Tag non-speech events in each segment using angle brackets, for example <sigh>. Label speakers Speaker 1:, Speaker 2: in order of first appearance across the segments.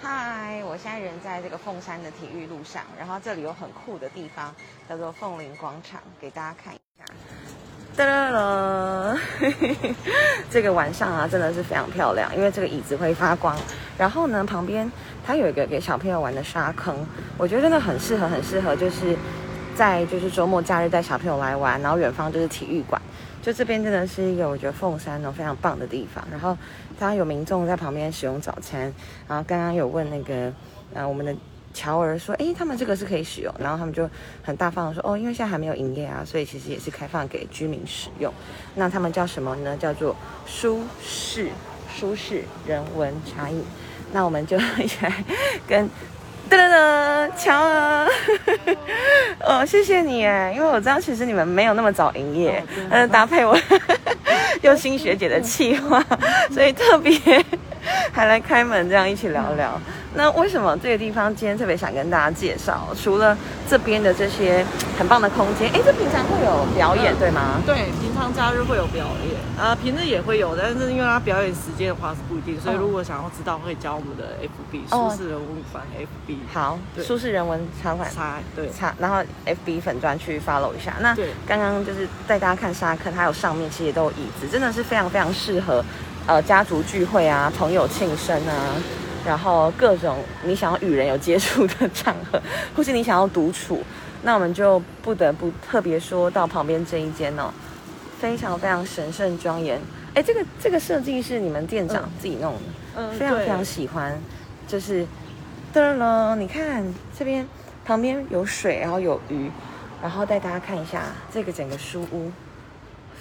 Speaker 1: 嗨，我现在人在这个凤山的体育路上，然后这里有很酷的地方，叫做凤林广场，给大家看一下。噔噔噔， <laughs> 这个晚上啊，真的是非常漂亮，因为这个椅子会发光。然后呢，旁边它有一个给小朋友玩的沙坑，我觉得真的很适合，很适合，就是在就是周末假日带小朋友来玩。然后远方就是体育馆，就这边真的是一个我觉得凤山哦非常棒的地方。然后当然有民众在旁边使用早餐，然后刚刚有问那个呃我们的乔儿说，诶，他们这个是可以使用，然后他们就很大方的说，哦，因为现在还没有营业啊，所以其实也是开放给居民使用。那他们叫什么呢？叫做舒适舒适人文茶饮。那我们就一起来跟噔噔噔乔儿，哦，谢谢你哎，因为我知道其实你们没有那么早营业，嗯、搭配我 <laughs> 用新学姐的气话，所以特别还来开门，这样一起聊聊。那为什么这个地方今天特别想跟大家介绍？除了这边的这些很棒的空间，哎，这平常会有表演对吗？
Speaker 2: 对，平常假日会有表演，啊，平日也会有，但是因为它表演时间的话是不一定，所以
Speaker 1: 嗯
Speaker 2: 如果想要知道，会加我们的 FB
Speaker 1: 哦
Speaker 2: 舒适人物版 FB
Speaker 1: 好，
Speaker 2: 对
Speaker 1: 舒适人文茶馆。
Speaker 2: 差对
Speaker 1: 查，然后 FB 粉专去 follow 一下。那
Speaker 2: 对
Speaker 1: 刚刚就是带大家看沙坑，还有上面其实都有椅子，真的是非常非常适合呃家族聚会啊、朋友庆生啊，然后各种你想要与人有接触的场合， <laughs> 或是你想要独处，那我们就不得不特别说到旁边这一间哦，非常非常神圣庄严。哎，这个这个设计是你们店长自己弄的。
Speaker 2: 嗯
Speaker 1: 非常
Speaker 2: 对
Speaker 1: 非常喜欢，就是噔了，你看这边旁边有水，然后有鱼，然后带大家看一下这个整个书屋，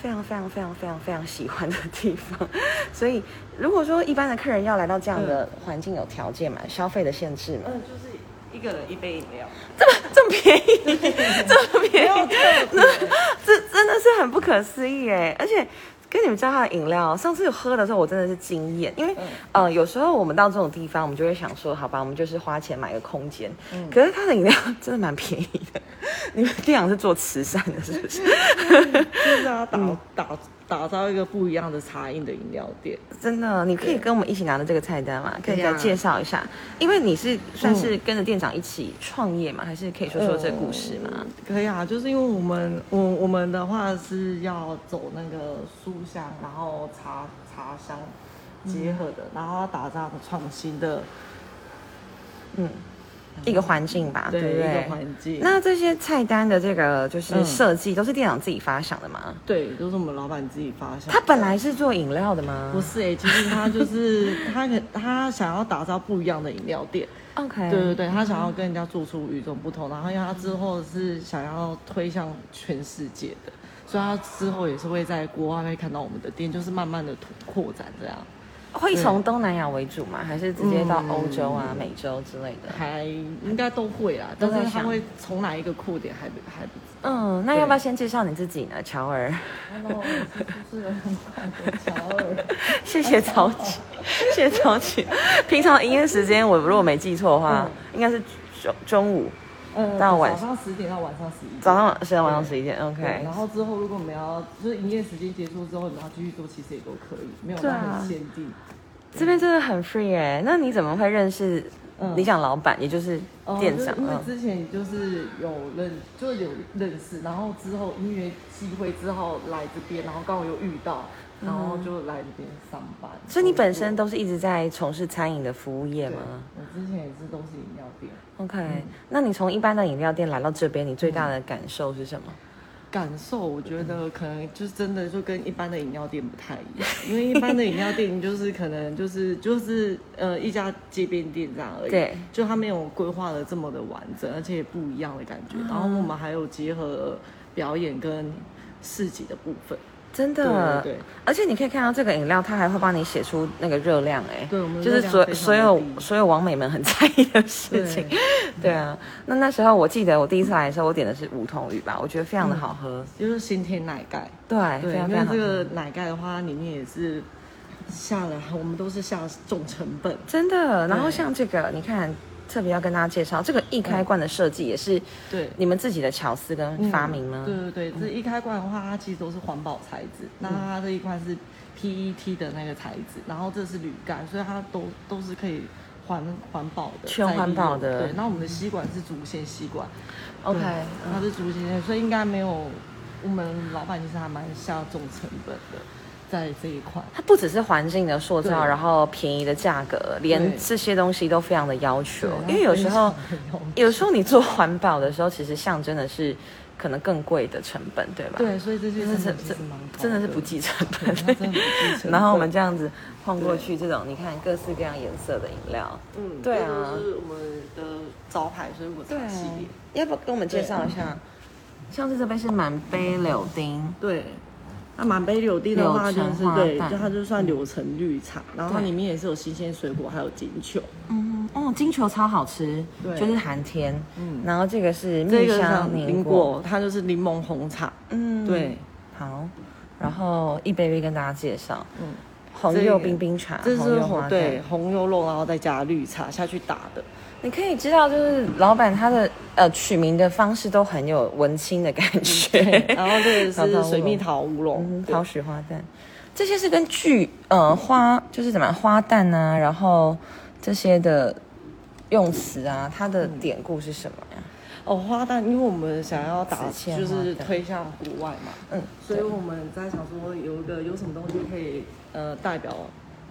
Speaker 1: 非常非常非常非常非常喜欢的地方。 <laughs> 所以如果说一般的客人要来到这样的环境，有条件嘛，消费的限制嘛，
Speaker 2: 嗯，就是一个人一杯饮料，
Speaker 1: 这么便宜，这么便
Speaker 2: 没有
Speaker 1: 宜，
Speaker 2: 特别
Speaker 1: 这真的是很不可思议哎！而且跟你们知道它的饮料，上次有喝的时候我真的是惊艳，因为、呃有时候我们到这种地方，我们就会想说，好吧，我们就是花钱买个空间。可是它的饮料真的蛮便宜的。你们店长是做慈善的，是不是？嗯 <laughs> 啊
Speaker 2: 就是要打、打打造一个不一样的茶饮的饮料店。
Speaker 1: 真的，你可以跟我们一起拿着这个菜单嘛，可以
Speaker 2: 对
Speaker 1: 再
Speaker 2: 呀
Speaker 1: 介绍一下。因为你是算是跟着店长一起创业嘛，还是可以说说这个故事嘛？
Speaker 2: 可以啊，就是因为我们我我们的话是要走那个书香，然后茶茶香结合的，然后要打造创新的
Speaker 1: 一个环境吧，对
Speaker 2: 啊对
Speaker 1: 不
Speaker 2: 一个
Speaker 1: 对？
Speaker 2: 环境。
Speaker 1: 那这些菜单的这个就是
Speaker 2: 嗯
Speaker 1: 设计，都是店长自己发想的吗？
Speaker 2: 对，就是我们老板自己发想。
Speaker 1: 他本来是做饮料的吗
Speaker 2: 不是哎、其实他就是 <laughs> 他可他想要打造不一样的饮料店。
Speaker 1: ？OK，
Speaker 2: 对对对，他想要跟人家做出与众不同，然后因为他之后是想要推向全世界的，所以他之后也是会在国外会看到我们的店，就是慢慢的扩展这样，
Speaker 1: 会从东南亚为主吗？还是直接到欧洲啊、美洲之类的？
Speaker 2: 还应该都会啦，
Speaker 1: 都
Speaker 2: 但
Speaker 1: 在
Speaker 2: 是他
Speaker 1: 想
Speaker 2: 会从哪一个库点还不还不知道。
Speaker 1: 嗯，那要不要先介绍你自己呢，乔 <laughs> 儿？
Speaker 2: Hello，我是哦很乔 <laughs> 尔。
Speaker 1: 谢谢早起，谢谢早起。 <laughs> 平常的营业时间，我如果没记错的话，应该是中中午、
Speaker 2: 嗯，
Speaker 1: 到晚
Speaker 2: 早上十点到晚上十一点。
Speaker 1: 早上晚是晚上
Speaker 2: 对
Speaker 1: 十一点。
Speaker 2: 对
Speaker 1: OK，
Speaker 2: 然后之后如果我们要就是营业时间结束之后，你要继续做，其实也都可以，没有
Speaker 1: 对
Speaker 2: 那
Speaker 1: 啊
Speaker 2: 很限定。
Speaker 1: 这边真的很 free 哎、那你怎么会认识
Speaker 2: 嗯
Speaker 1: 你讲老板，也就是
Speaker 2: 哦
Speaker 1: 店
Speaker 2: 就是
Speaker 1: 长？
Speaker 2: 因为
Speaker 1: 嗯
Speaker 2: 之前就是有认，就是有认识，然后之后因为机会之后来这边，然后刚好又遇到，然后就来这边上班。
Speaker 1: 所以你本身都是一直在从事餐饮的服务业
Speaker 2: 对，嗯
Speaker 1: 吗
Speaker 2: 我之前也是都是饮料店，
Speaker 1: ？OK，、那你从一般的饮料店来到这边，你最大的感受是什么？
Speaker 2: 感受我觉得可能就是真的就跟一般的饮料店不太一样，因为一般的饮料店就是可能就是就是呃一家街边店这样而已，
Speaker 1: 对，
Speaker 2: 就它没有规划的这么的完整，而且不一样的感觉。然后我们还有结合表演跟市集的部分，
Speaker 1: 真
Speaker 2: 对
Speaker 1: 的，
Speaker 2: 对对
Speaker 1: 而且你可以看到这个饮料，它还会帮你写出那个热量、哎，
Speaker 2: 对我们的
Speaker 1: 就是
Speaker 2: 热量
Speaker 1: 所
Speaker 2: 非常
Speaker 1: 所有
Speaker 2: 低
Speaker 1: 所有网美们很在意的事
Speaker 2: 对
Speaker 1: 情， <laughs> 对啊。那那时候我记得我第一次来的时候，我点的是梧桐鱼吧，我觉得非常的好喝，
Speaker 2: 就是新天奶盖，
Speaker 1: 对，
Speaker 2: 嗯对，
Speaker 1: 非常
Speaker 2: 因
Speaker 1: 非
Speaker 2: 为
Speaker 1: 常好
Speaker 2: 这
Speaker 1: 喝。
Speaker 2: 个奶盖的话，里面也是下了，我们都是下重成本，
Speaker 1: 真的，然后像这个，你看，特别要跟大家介绍，这个易开罐的设计也是
Speaker 2: 对。
Speaker 1: 你们自己的巧思跟发明吗？
Speaker 2: 嗯对对对，这一开罐的话，它其实都是环保材质。那它这一罐是 PET 的那个材质，然后这是铝盖，所以它都都是可以环环保的，
Speaker 1: 全
Speaker 2: 再利
Speaker 1: 环保
Speaker 2: 用
Speaker 1: 的
Speaker 2: 对，那我们的吸管是竹纤吸管
Speaker 1: ，OK，嗯
Speaker 2: 对嗯它是竹纤，所以应该没有。我们老板其实还蛮下重成本的，在这一块。
Speaker 1: 它不只是环境的塑造，
Speaker 2: 对
Speaker 1: 然后便宜的价格，连
Speaker 2: 对
Speaker 1: 这些东西都非常的要求
Speaker 2: 对，然后
Speaker 1: 因为有时候
Speaker 2: 非常有
Speaker 1: 有时候你做环保的时候，其实象征的是可能更贵的成本，对吧？，
Speaker 2: 对，所以这些
Speaker 1: 真的
Speaker 2: 成
Speaker 1: 是
Speaker 2: 本其实蛮高
Speaker 1: 真的是不计成
Speaker 2: 对它真的
Speaker 1: 本。
Speaker 2: 不计成 <laughs> 本
Speaker 1: <laughs> 然后我们这样子晃过去，这种你看各式各样颜色的饮料，
Speaker 2: 嗯，
Speaker 1: 对
Speaker 2: 对
Speaker 1: 啊
Speaker 2: 啊，就是我们的招牌水果茶系列。
Speaker 1: 要不要给我们介绍一下？像是这杯是满杯柳丁，
Speaker 2: 对，那满杯柳丁的话就
Speaker 1: 柳
Speaker 2: 是
Speaker 1: 橙花
Speaker 2: 对，
Speaker 1: 瓣
Speaker 2: 就它就算柳橙绿茶，然后它
Speaker 1: 对
Speaker 2: 里面也是有新鲜水果，还有金球。
Speaker 1: 嗯，哦，金球超好吃，
Speaker 2: 对
Speaker 1: 就是寒天，嗯
Speaker 2: 嗯，
Speaker 1: 然后这个是
Speaker 2: 这
Speaker 1: 蜜
Speaker 2: 个
Speaker 1: 香
Speaker 2: 像
Speaker 1: 凝
Speaker 2: 苹
Speaker 1: 果，
Speaker 2: 果，它就是柠檬红茶。
Speaker 1: 嗯，
Speaker 2: 对，
Speaker 1: 好，然后一杯杯跟大家介绍，嗯
Speaker 2: 嗯，
Speaker 1: 红
Speaker 2: 这
Speaker 1: 柚
Speaker 2: 个
Speaker 1: 冰冰茶，
Speaker 2: 这
Speaker 1: 红
Speaker 2: 是
Speaker 1: 柚花
Speaker 2: 红
Speaker 1: 蛋
Speaker 2: 对，红油肉，然后再加绿茶下去打的。
Speaker 1: 你可以知道，就是老板他的呃取名的方式都很有文青的感 <laughs> 觉。
Speaker 2: 然后这个
Speaker 1: 桃桃乌龙
Speaker 2: 是水蜜桃乌龙
Speaker 1: 嗯，，
Speaker 2: 嗯哦对
Speaker 1: 桃许花蛋，这些是跟聚呃花就是怎么样花旦啊，然后这些的用词啊，它的
Speaker 2: 嗯
Speaker 1: 典故是什么呀？
Speaker 2: 哦，花旦，因为我们想要打
Speaker 1: 紫茜花
Speaker 2: 就
Speaker 1: 旦
Speaker 2: 是推向国外嘛，
Speaker 1: 嗯，
Speaker 2: 所以
Speaker 1: 对
Speaker 2: 我们在想说有一个有什么东西可以呃代表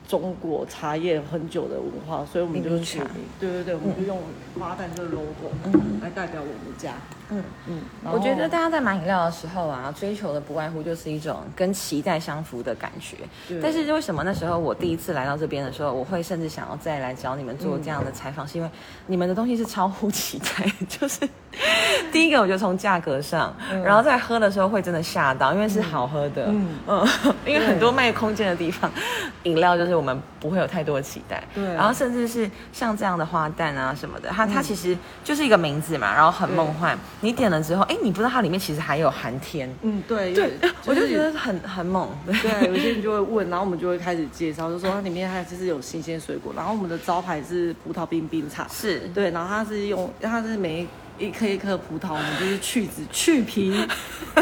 Speaker 2: 中国茶叶很久的文化，所以我们就
Speaker 1: 冰冰
Speaker 2: 取
Speaker 1: 茶嗯
Speaker 2: 名，对对对，我们就用花旦这个 logo 来代表我们家，
Speaker 1: 嗯
Speaker 2: 嗯，然
Speaker 1: 我
Speaker 2: 后
Speaker 1: 觉得大家在买饮料的时候啊，追求的不外乎就是一种跟期待相符的感觉。
Speaker 2: 对
Speaker 1: 但是为什么那时候我第一次来到这边的时候，我会甚至想要再来找你们做这样的采访，是因为你们的东西是超乎期待， <laughs>
Speaker 2: <laughs>
Speaker 1: 就是第一个我就从价格上，然后在喝的时候会真的吓到，因为是好喝的，嗯 <laughs>
Speaker 2: 嗯
Speaker 1: 因为很多卖空间的地方，饮料就是我们不会有太多的期待，
Speaker 2: 对
Speaker 1: 然后甚至是像这样的花旦啊什么的，它它其实就是一个名字嘛，然后很梦幻，你点了之后，哎，你不知道它里面其实还有寒天，
Speaker 2: 嗯对
Speaker 1: 对，我就觉。
Speaker 2: 有
Speaker 1: 得很很猛，
Speaker 2: 对，有些人就会问，然后我们就会开始介绍，就说它里面还其实有新鲜水果，然后我们的招牌是葡萄冰冰茶，
Speaker 1: 是，
Speaker 2: 对，然后它是用，它是每一一颗一颗葡萄，我们就是去籽、去皮，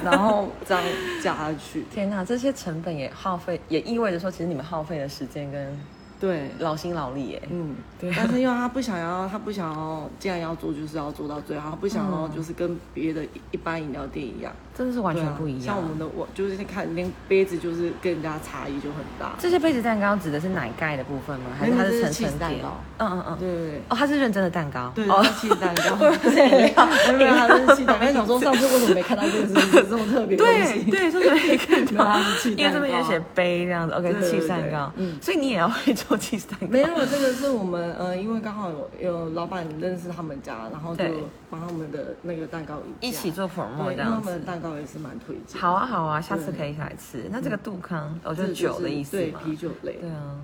Speaker 2: 然后这样加下去。
Speaker 1: 天呐，这些成本也耗费，也意味着说，其实你们耗费的时间跟
Speaker 2: 对，
Speaker 1: 劳心劳力耶。
Speaker 2: 嗯，
Speaker 1: 对
Speaker 2: 但是因为他不想要，他不想要，既然要做，就是要做到最好，他不想要就是跟别的一般饮料店一样，
Speaker 1: 真的是完
Speaker 2: 对
Speaker 1: 全
Speaker 2: 啊
Speaker 1: 不一样。
Speaker 2: 像我们的我就是看连杯子就是跟人家差异就很大。
Speaker 1: 这些杯子蛋糕指的是奶盖的部分吗？还是
Speaker 2: 没有
Speaker 1: 它是
Speaker 2: 这
Speaker 1: 层
Speaker 2: 是
Speaker 1: 层
Speaker 2: cheese 蛋
Speaker 1: 叠
Speaker 2: 糕？
Speaker 1: 嗯嗯嗯。
Speaker 2: 对对对。
Speaker 1: 哦，它是认真的蛋糕。
Speaker 2: 对，
Speaker 1: 哦
Speaker 2: 它，是气蛋糕，
Speaker 1: 是饮料
Speaker 2: 没有，它是气蛋糕。想说上次为什么没看到这个这这么特别的东
Speaker 1: 对
Speaker 2: 西？
Speaker 1: 对，
Speaker 2: <laughs>
Speaker 1: 就是没看
Speaker 2: 没有
Speaker 1: 到
Speaker 2: 它是，cheese
Speaker 1: 因为这边
Speaker 2: 蛋
Speaker 1: 有
Speaker 2: 糕
Speaker 1: 写杯这样子。OK，
Speaker 2: 对对
Speaker 1: 气
Speaker 2: 对
Speaker 1: 蛋糕。嗯，
Speaker 2: 嗯
Speaker 1: 所以你也要会做气蛋糕。
Speaker 2: <laughs> 没有，这个是我们呃，因为刚好有有老板认识他们家，然后就
Speaker 1: 对
Speaker 2: 帮他们的那个蛋糕
Speaker 1: 一起做粉末
Speaker 2: 对，
Speaker 1: 这
Speaker 2: 因为他
Speaker 1: 样
Speaker 2: 们的
Speaker 1: 子。
Speaker 2: 蛋糕也是蛮推荐的。
Speaker 1: 好啊好啊，下次可以下来吃。那这个杜康，哦，就
Speaker 2: 这
Speaker 1: 是
Speaker 2: 是
Speaker 1: 酒的意思
Speaker 2: 对，
Speaker 1: 吗？
Speaker 2: 啤酒类。
Speaker 1: 对啊，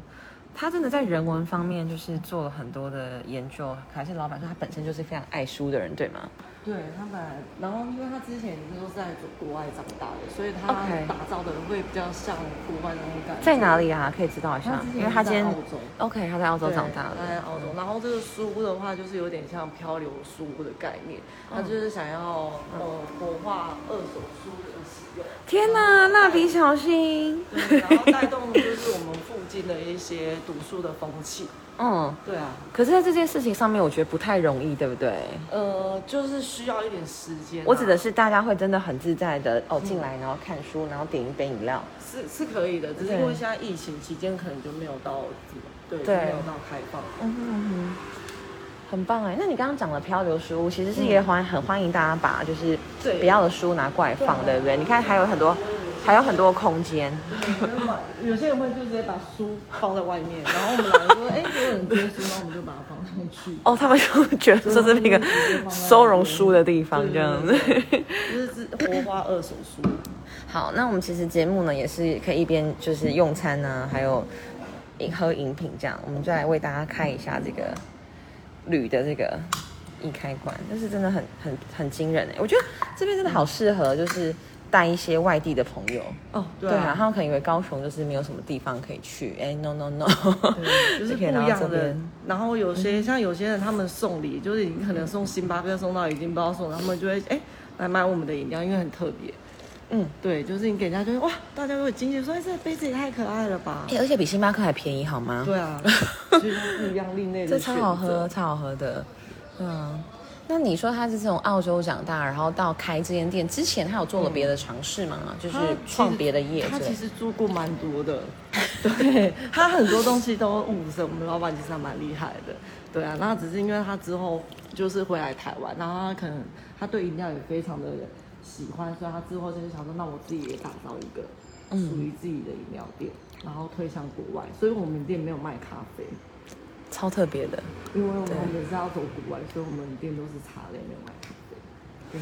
Speaker 1: 他真的在人文方面就是做了很多的研究，还是老板说他本身就是非常爱书的人，对吗？
Speaker 2: 对他本来，然后因为他之前都是在国外长大的，所以他
Speaker 1: OK
Speaker 2: 打造的会比较像国外那种感觉。
Speaker 1: 在哪？里啊？可以知道一
Speaker 2: 他
Speaker 1: 下
Speaker 2: 之，前
Speaker 1: 因为他今
Speaker 2: 在
Speaker 1: 天
Speaker 2: 澳洲
Speaker 1: OK，他在澳洲
Speaker 2: 对
Speaker 1: 长大
Speaker 2: 他在
Speaker 1: 的，
Speaker 2: 澳洲，然后这个书的话，就是有点像漂流书的概念，他就是想要呃活化二手书的使用。
Speaker 1: 天哪，蜡笔小新，
Speaker 2: 对，然后带动就是我们附近的一些读书的风气。
Speaker 1: 嗯，
Speaker 2: 对啊，
Speaker 1: 可是在这件事情上面，我觉得不太容易，对不对？
Speaker 2: 呃，就是需要一点时间啊、
Speaker 1: 我指的是大家会真的很自在的哦，进来然后看书，然后点一杯饮料，
Speaker 2: 是是可以的，只是
Speaker 1: 对
Speaker 2: 因为现在疫情期间可能就没有到对
Speaker 1: 对
Speaker 2: 没有到开放。
Speaker 1: 嗯哼嗯哼，很棒哎。那你刚刚讲的漂流书，其实是也欢很欢迎大家把就是
Speaker 2: 对
Speaker 1: 不要的书拿过来放，对啊
Speaker 2: 对
Speaker 1: 不对？你看还有很多，还有很多空间。
Speaker 2: 有些人会就直接把书放在外面，然后我们来说，哎、有人接书，然后我们就把它放上 <laughs> 去。
Speaker 1: 哦，他们就觉得这是那个 <laughs> 收容书的地方，这样子。
Speaker 2: 对对对就是活花二手书。
Speaker 1: 好，那我们其实节目呢也是可以一边就是用餐呢、还有饮喝饮品这样，我们就来为大家开一下这个铝的这个易开关，就是真的很很很惊人哎、我觉得这边真的好适合，就是带一些外地的朋友。
Speaker 2: 哦，
Speaker 1: 对啊，他们可能以为高雄就是没有什么地方可以去，哎，no no no，<laughs>
Speaker 2: 对就是不
Speaker 1: 嗯可以
Speaker 2: 一
Speaker 1: 来到这
Speaker 2: 样的
Speaker 1: 边。嗯
Speaker 2: 然后有些像有些人，他们送礼，就是你可能送星巴克送到已经不知道送了，他们就会哎、来买我们的饮料，因为很特别。
Speaker 1: 嗯，
Speaker 2: 对，就是你给人家就是哇，大家都有惊喜，说哎，这杯子也太可爱了吧。
Speaker 1: 哎而且比星巴克还便宜好吗？
Speaker 2: 对啊，就是不一样另类的
Speaker 1: 这超
Speaker 2: 选择。
Speaker 1: 好喝，超好喝的。嗯，那你说他是从澳洲长大，然后到开这间店之前，他有做了别的尝试吗？就是
Speaker 2: 他其实
Speaker 1: 创别的业
Speaker 2: 他
Speaker 1: 之类
Speaker 2: 其实做过蛮
Speaker 1: <laughs>
Speaker 2: 多的，对他很多东西都悟生。我们老板其实还蛮厉害的，对啊。那只是因为他之后就是回来台湾，然后他可能他对饮料也非常的喜欢，所以他之后就是想说，那我自己也打造一个
Speaker 1: 嗯
Speaker 2: 属于自己的饮料店，然后推向国外。所以我们店没有卖咖啡，
Speaker 1: 超特别的。
Speaker 2: 因为我们是要走国外，所以我们店都是茶类，没有卖咖啡。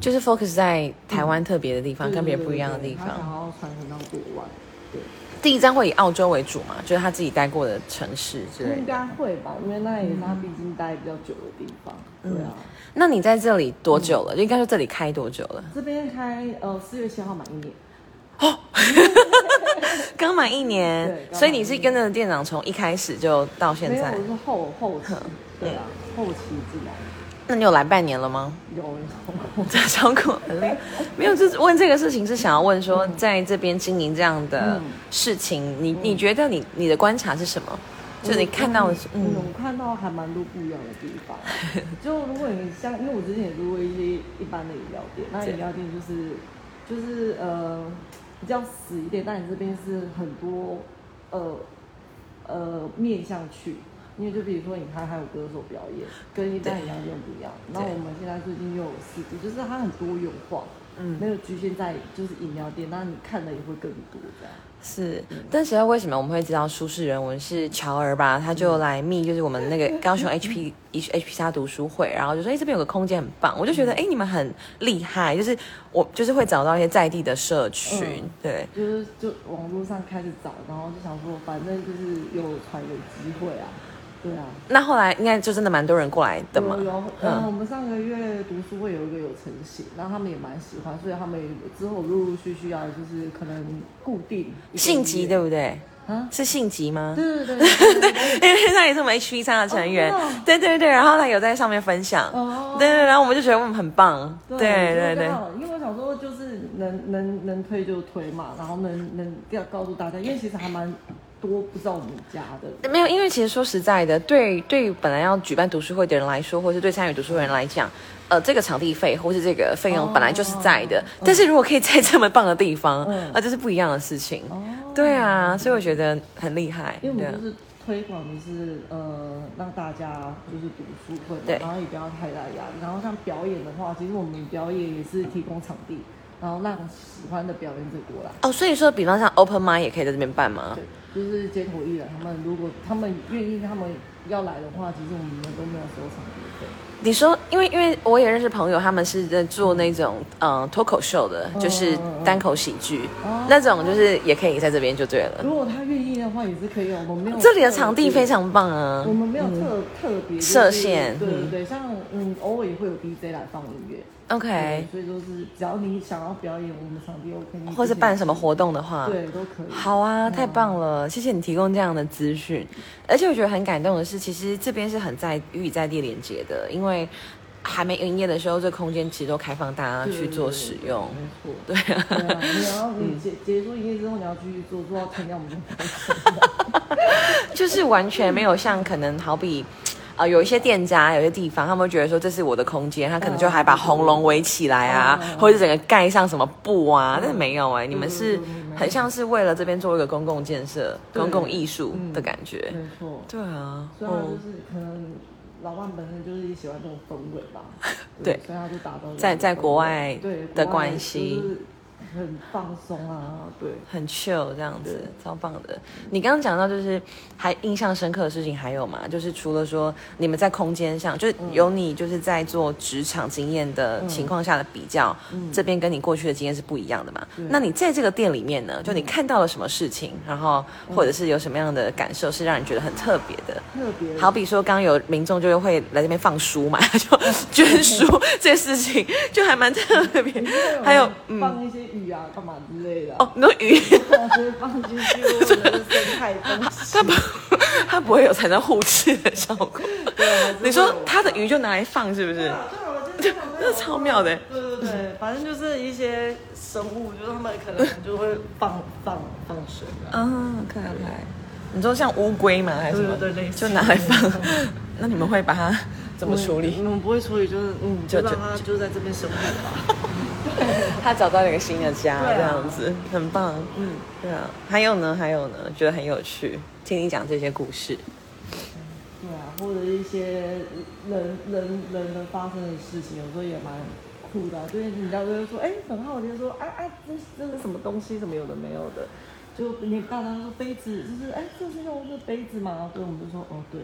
Speaker 1: 就是 focus 在台湾特别的地方，
Speaker 2: 对
Speaker 1: 跟别
Speaker 2: 对
Speaker 1: 人不
Speaker 2: 对
Speaker 1: 一样的
Speaker 2: 对
Speaker 1: 地
Speaker 2: 他想
Speaker 1: 方。
Speaker 2: 要传承到国外，对。
Speaker 1: 第一站会以澳洲为主嘛，就是他自己待过的城市之类
Speaker 2: 应
Speaker 1: 的。
Speaker 2: 该会吧，因为那也是他
Speaker 1: 嗯
Speaker 2: 毕竟待比较久的地方。对啊，
Speaker 1: 那你在这里多久了？应该说这里开多久了？
Speaker 2: 这边开呃四月七号满一年，
Speaker 1: <laughs> 刚满一
Speaker 2: 对
Speaker 1: 年
Speaker 2: 刚，满
Speaker 1: 所以你是跟着店长从一开始就到现
Speaker 2: 没有
Speaker 1: 在嗯
Speaker 2: 我。是后后期，对啊，后期进来
Speaker 1: 那你有来半年了吗？
Speaker 2: 有有
Speaker 1: 在超过很累，没有，就是问这个事情是想要问说，在这边经营这样的事情，你你觉得你你的观察是什么？就你看到的是，
Speaker 2: 嗯，
Speaker 1: 嗯，
Speaker 2: 我看到还蛮多不一样的地方。
Speaker 1: <laughs>
Speaker 2: 就如果你像，因为我之前也做过一些一般的饮料店，那
Speaker 1: 对
Speaker 2: 饮料店就是就是呃比较死一点，但你这边是很多呃呃面向去。因为就比如说，你看还有歌手表演，跟一般饮料店不一样。那我们现在最近又有四季，就是它很多元化，
Speaker 1: 嗯
Speaker 2: 没有局限在就是饮料店，那你看的也会更多这样。
Speaker 1: 是。但实际上为什么我们会知道舒适人文是乔儿吧？他就来密，就是我们那个高雄 HP HP 沙读书会，然后就说，哎、这边有个空间很棒，我就觉得，哎、你们很厉害，就是我就是会找到一些在地的社群，
Speaker 2: 嗯
Speaker 1: 对，
Speaker 2: 就是就网络上开始找，然后就想说，反正就是有船有机会啊，对啊，
Speaker 1: 那后来应该就真的蛮多人过来的嘛
Speaker 2: 有，有，嗯，我
Speaker 1: 嗯，
Speaker 2: 们上个月读书会有一个有成型，然后他们也蛮喜欢，所以他们也之后陆陆续续要就是可能固定一个
Speaker 1: 性急嗯
Speaker 2: 月
Speaker 1: 对不对？
Speaker 2: 啊，
Speaker 1: 是性急吗？
Speaker 2: 对对对对，对
Speaker 1: <laughs> 因为他也是我们 HP 三的成员，
Speaker 2: 哦
Speaker 1: 对
Speaker 2: 真的哦
Speaker 1: 对对，然后他有在上面分享，
Speaker 2: 哦
Speaker 1: <laughs> 对对，对然后我们就觉得我们嗯很棒，对对
Speaker 2: 对就
Speaker 1: 对
Speaker 2: 刚，好因为我想说就是能能能推就推嘛，然后能能要告诉大家，因为其实还蛮多不知道我们家的，
Speaker 1: 没有，因为其实说实在的，对对，本来要举办读书会的人来说，或是对参与读书会的人来讲，呃，这个场地费或是这个费用
Speaker 2: 哦
Speaker 1: 本来就是在的，但是如果可以在这么棒的地方，
Speaker 2: 嗯
Speaker 1: 啊，这是不一样的事情，
Speaker 2: 哦
Speaker 1: 对啊，所以我觉得很厉害，
Speaker 2: 因为我
Speaker 1: 对啊
Speaker 2: 们就是推广，就是呃，让大家就是读书会嘛
Speaker 1: 对
Speaker 2: 然后也不要太大压力。然后像表演的话，其实我们表演也是提供场地，然后让喜欢的表演者过来。
Speaker 1: 哦，所以说，比方像 Open Mind 也可以在这边办吗？
Speaker 2: 对，就是街头艺人，他们如果他们愿意，他们要来的话，其实我们都没有收场地费。
Speaker 1: 你说，因为因为我也认识朋友，他们是在做那种嗯、呃脱口秀的，就是
Speaker 2: 嗯
Speaker 1: 单口喜剧、
Speaker 2: 哦
Speaker 1: 那种，就是也可以在这边就对了。
Speaker 2: 如果他愿意的话，也是可以哦。我们没有
Speaker 1: 这里的场地
Speaker 2: 特别
Speaker 1: 非常棒啊
Speaker 2: 我！们没有特、特别就是
Speaker 1: 设限
Speaker 2: 对
Speaker 1: 嗯
Speaker 2: 对对，像嗯，偶尔也会有 DJ 来放音乐。
Speaker 1: OK，
Speaker 2: 对所以就是只要你想要表演，我们场地 OK，你
Speaker 1: 哎或是办什么
Speaker 2: 之
Speaker 1: 活动的话，
Speaker 2: 前，对嗯都可以。
Speaker 1: 好啊，太棒了！谢谢你提供这样的资讯，而且我觉得很感动的是，其实这边是很在与在地连接的，因为还没营业的时候，这空间其实都开放大家
Speaker 2: 对，
Speaker 1: 啊去做使用。
Speaker 2: 没错。
Speaker 1: 对嗯啊，
Speaker 2: 对啊，你要你结结束营业之后，你要继续做，做到天亮我们就开始。
Speaker 1: 就是完全没有像可能好比。呃，有一些店家，有些地方，他们会觉得说这是我的空间，他可能就还把红龙围起来啊，或者整个盖上什么布啊，但是没有哎、你们是
Speaker 2: 对对对
Speaker 1: 很像是为了这边做一个公共建设、
Speaker 2: 对
Speaker 1: 公共艺术的感觉。
Speaker 2: 没错，
Speaker 1: 嗯对啊，
Speaker 2: 虽然就
Speaker 1: 嗯，
Speaker 2: 是可能老板本身就是喜欢这种氛围吧，
Speaker 1: 对
Speaker 2: 所以他就打造
Speaker 1: 在在国外
Speaker 2: 对
Speaker 1: 的关系，
Speaker 2: 国外就是很放松啊，对。
Speaker 1: 很 chill 这样子
Speaker 2: 对，
Speaker 1: 超棒的。你刚刚讲到就是还印象深刻的事情还有吗？就是除了说你们在空间上，就是
Speaker 2: 嗯
Speaker 1: 有你就是在做职场经验的情况下的比较，这边跟你过去的经验是不一样的嘛？
Speaker 2: 嗯对嗯
Speaker 1: 那你在这个店里面呢，就你看到了什么事情，然后或者是有什么样的感受是让你觉得很特别的？
Speaker 2: 特别
Speaker 1: 好比说，刚刚有民众就会来这边放书嘛， <laughs> 就
Speaker 2: 嗯
Speaker 1: 捐书这事情就还蛮特别。还有
Speaker 2: 嗯，放一些雨啊，干嘛之类的啊，啊
Speaker 1: 哦，那鱼。
Speaker 2: 所以放进去我们的生态东西。
Speaker 1: 它不，它不会有产生互斥的效果。
Speaker 2: 对啊
Speaker 1: 你说它的鱼就拿来放是不是？
Speaker 2: 对啊，我就是
Speaker 1: <laughs> 那超妙的。
Speaker 2: 对对对，反正就是一些生物，就是他们可能就会放放放水啊。
Speaker 1: 嗯，看来你说像乌龟吗？还是什么？
Speaker 2: 对对嗯类似
Speaker 1: 就拿来放
Speaker 2: 类似。
Speaker 1: 那你们会把它怎么处
Speaker 2: 我
Speaker 1: 理？
Speaker 2: 们不会处理，就是嗯，
Speaker 1: 就
Speaker 2: 就
Speaker 1: 就
Speaker 2: 让它就在这边生活吧。
Speaker 1: 它找到了一个新的家，
Speaker 2: 嗯对啊
Speaker 1: 这样子很棒。
Speaker 2: 嗯，
Speaker 1: 对啊，还有呢，还有呢，觉得很有趣，听你讲这些故事。
Speaker 2: 对啊，或者一些人人人的发生的事情，有时候也蛮酷的啊、就是人家都会说，哎、很好奇，说，哎、哎、这这是什么东西？什么有的没有的，就你大家说杯子，就是哎、这是用的杯子吗？对，我们就说，哦，对。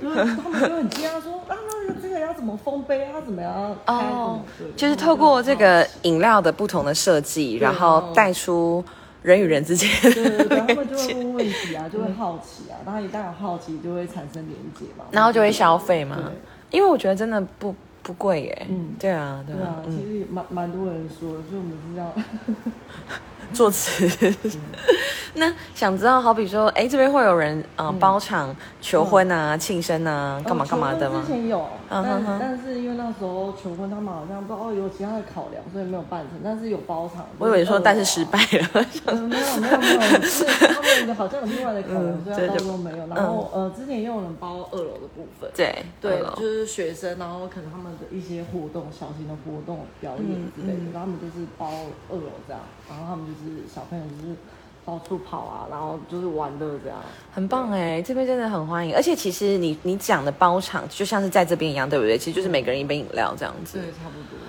Speaker 2: 就是他们就很惊讶，说 <laughs> 啊，那这个要怎么封杯啊？怎么样开？
Speaker 1: 哦
Speaker 2: 怎么，对
Speaker 1: 就是透过这个饮料的不同的设计，然
Speaker 2: 哦
Speaker 1: 后带出人与人之间
Speaker 2: 对对对，
Speaker 1: 的
Speaker 2: 他
Speaker 1: 连
Speaker 2: 们
Speaker 1: <laughs>
Speaker 2: 就会
Speaker 1: 接，
Speaker 2: 问问题啊，
Speaker 1: 嗯
Speaker 2: 就会好奇啊，然后一旦有好奇，就会产生连接嘛，
Speaker 1: 然后就会消费嘛
Speaker 2: 对。
Speaker 1: 因为我觉得真的不不贵耶。
Speaker 2: 嗯
Speaker 1: 对啊，对
Speaker 2: 对
Speaker 1: 啊
Speaker 2: 啊，，其
Speaker 1: 嗯，
Speaker 2: 实也蛮蛮多人说的，所以我们是这样。
Speaker 1: 做词。
Speaker 2: 嗯
Speaker 1: <laughs> 那想知道，好比说，哎，这边会有人啊包场求婚啊、庆生啊、 <laughs> 干嘛干嘛的
Speaker 2: 嗯哦求
Speaker 1: 吗
Speaker 2: 婚之？前有，
Speaker 1: 嗯
Speaker 2: 但
Speaker 1: 哼哼
Speaker 2: 但是因为那时候求婚，他们好像不知道哦有其他的考量，所以没有办成。但是有包场，
Speaker 1: 我以为
Speaker 2: 二
Speaker 1: 说，
Speaker 2: 楼啊
Speaker 1: 但是失败了。 <laughs>
Speaker 2: 嗯没有没有没有，是他们好像有另外的考
Speaker 1: 嗯
Speaker 2: 量，所
Speaker 1: 这
Speaker 2: 以他
Speaker 1: 就嗯
Speaker 2: 到时候没有。然后呃，之前也有人包二楼的部分，
Speaker 1: 对嗯
Speaker 2: 对，
Speaker 1: 好了
Speaker 2: 就是学生，然后可能他们的一些活动、小型的活动、表演
Speaker 1: 嗯
Speaker 2: 之类的，然后他们就是包二楼这样，然后他们就是小朋友就是到处跑啊，然后就是玩乐这样。
Speaker 1: 很棒哎，这边真的很欢迎，而且其实你你讲的包场就像是在这边一样，对不对？其实就是每个人一杯饮料这样子。
Speaker 2: 对，嗯差不多。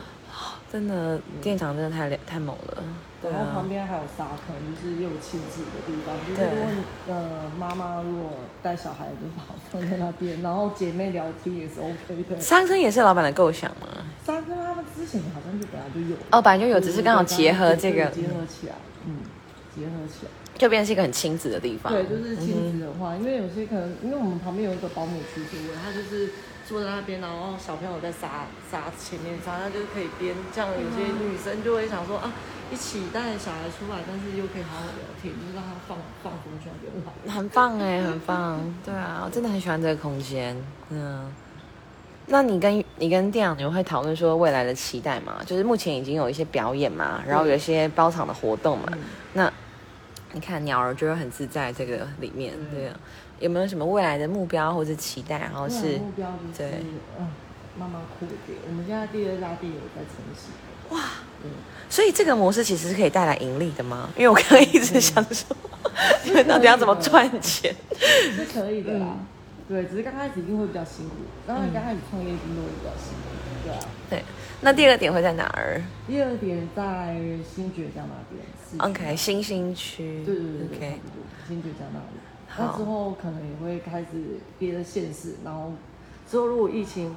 Speaker 1: 真的，店长真的太厉太猛了。对
Speaker 2: 然后
Speaker 1: 啊
Speaker 2: 旁，边还有沙坑，就是也有亲子的地方，就是
Speaker 1: 对
Speaker 2: 如果你呃妈妈如果带小孩就把它放在那边，然后姐妹聊天也是 OK 的。
Speaker 1: 三生也是老板的构想吗？
Speaker 2: 沙坑他们之前好像就本来就有，
Speaker 1: 哦，本来就有，只是刚好结合这个
Speaker 2: 对，结合起来，嗯，结合起来。
Speaker 1: 就变成是一个很亲子的地方。
Speaker 2: 对，就是
Speaker 1: 嗯
Speaker 2: 亲子的话，因为有些可能，因为我们旁边有一个保姆区座位，他就是坐在那边，然后小朋友在沙沙前面沙，他就是可以边这样，有些
Speaker 1: 嗯
Speaker 2: 女生就会想说啊，一起带小孩出来，但是又可以好好聊天，就是让他放放风去那边玩。
Speaker 1: 很棒哎，很棒。对啊，我真的很喜欢这个空间。嗯，那你跟你跟店长，你们会讨论说未来的期待吗？就是目前已经有一些表演嘛，然后有一些包场的活动嘛。
Speaker 2: 嗯
Speaker 1: 那你看鸟儿就会很自在这个里面，
Speaker 2: 嗯
Speaker 1: 对啊。有没有什么未来的目标或者期待？然后
Speaker 2: 未来
Speaker 1: 哦是
Speaker 2: 目标就是
Speaker 1: 对
Speaker 2: 嗯，慢慢扩点。我们现在第二大店也在成型。
Speaker 1: 所以这个模式其实是可以带来盈利的吗？因为我刚刚一直想说，
Speaker 2: 嗯
Speaker 1: <laughs> 你们到底要怎么赚钱？
Speaker 2: 是可以的啦。
Speaker 1: 嗯
Speaker 2: 对，只是刚开始一定会比较辛苦，当然刚开始创业一定都会比较辛苦，对啊。
Speaker 1: 对，那第二个点会在哪儿
Speaker 2: 第二点在新爵江那边市区
Speaker 1: ？OK，新兴区。
Speaker 2: 嗯对对对对
Speaker 1: OK，
Speaker 2: 差不多新爵江那里。
Speaker 1: 好
Speaker 2: 那之后可能也会开始别的县市，然后之后如果疫情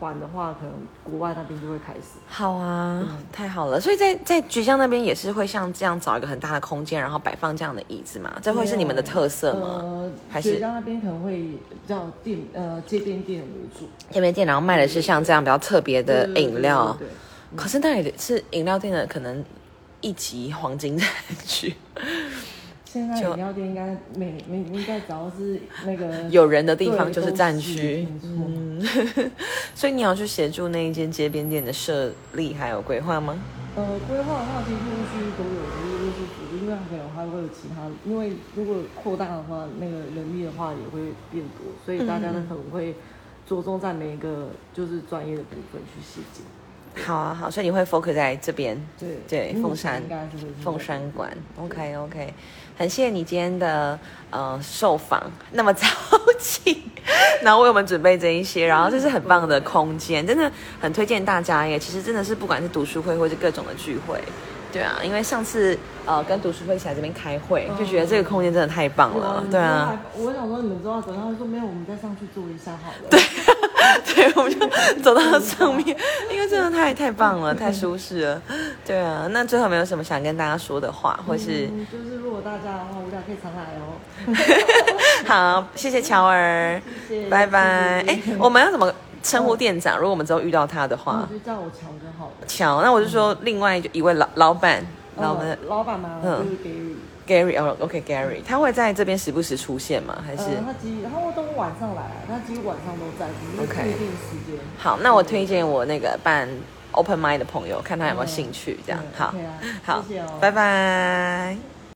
Speaker 2: 缓的话，可能国外那边就会开始。
Speaker 1: 好啊，
Speaker 2: 嗯
Speaker 1: 太好了。所以在在菊江那边也是会像这样找一个很大的空间，然后摆放这样的椅子嘛，这会是你们的特色吗？
Speaker 2: 呃，
Speaker 1: 还是
Speaker 2: 雪江那边可能会比较店呃街边店为主
Speaker 1: 这边店然后卖的是像这样比较特别的
Speaker 2: 对对对
Speaker 1: 饮料，
Speaker 2: 对对对
Speaker 1: 可是那也是饮料店的可能一级黄金 <laughs> 产区，
Speaker 2: 现在
Speaker 1: 就
Speaker 2: 饮料店应该每每应该只要是那个
Speaker 1: 有人的地方
Speaker 2: 对
Speaker 1: 就是嗯
Speaker 2: 都
Speaker 1: 战区。
Speaker 2: 没错
Speaker 1: 所以你要去协助那一间街边店的设立还有规划吗？
Speaker 2: 呃，规划的话，其实陆续都有，就是陆续补，因为可能还会有其他，因为如果扩大的话，那个人力的话也会变多，所以大家
Speaker 1: 嗯
Speaker 2: 呢可能会着重在每一个就是专业的部分去细节。
Speaker 1: 好啊，好，所以你会 focus 在这边
Speaker 2: 对
Speaker 1: 对
Speaker 2: 目前
Speaker 1: 凤山
Speaker 2: 应该是会是
Speaker 1: 凤山馆。OK OK，很谢谢你今天的呃受访，那么早起， <laughs> 然后为我们准备这一些，然后这是很棒的空间，真的很推荐大家耶。其实真的是不管是读书会或是各种的聚会。对啊，因为上次呃跟读书会一起来这边开会，就觉得这个空间真的太棒了。对啊，，
Speaker 2: 我想说你们知道，等他说没有，我们再上去坐一下好了。
Speaker 1: <laughs> 对，我们就走到上面，因为真的太太棒了，太舒适了。对啊，那最后有没有什么想跟大家说的话，或是、
Speaker 2: 嗯就是如果大家的话无聊可以常来哦。
Speaker 1: <laughs> 好，谢谢乔儿，
Speaker 2: 谢谢
Speaker 1: 拜拜。
Speaker 2: 谢
Speaker 1: 哎
Speaker 2: 谢，
Speaker 1: 我们要怎么称呼店长？如果我们之后遇到他的话
Speaker 2: 你，就叫我乔就好了。
Speaker 1: 乔，那我就说另外一位老老板，老板
Speaker 2: 呃老板嘛，
Speaker 1: 嗯
Speaker 2: 就是给予
Speaker 1: Gary 哦，OK，Gary，他会在这边时不时出现吗？还是
Speaker 2: 呃，他几他会都晚上来啊，他几乎晚上都在，只是
Speaker 1: OK
Speaker 2: 不一定时间。
Speaker 1: 好？那我推荐我那个办 Open Mind 的朋友，看他有没有兴趣，这样
Speaker 2: 对
Speaker 1: 好
Speaker 2: OK 啊，
Speaker 1: 好
Speaker 2: 谢谢哦，
Speaker 1: 拜拜。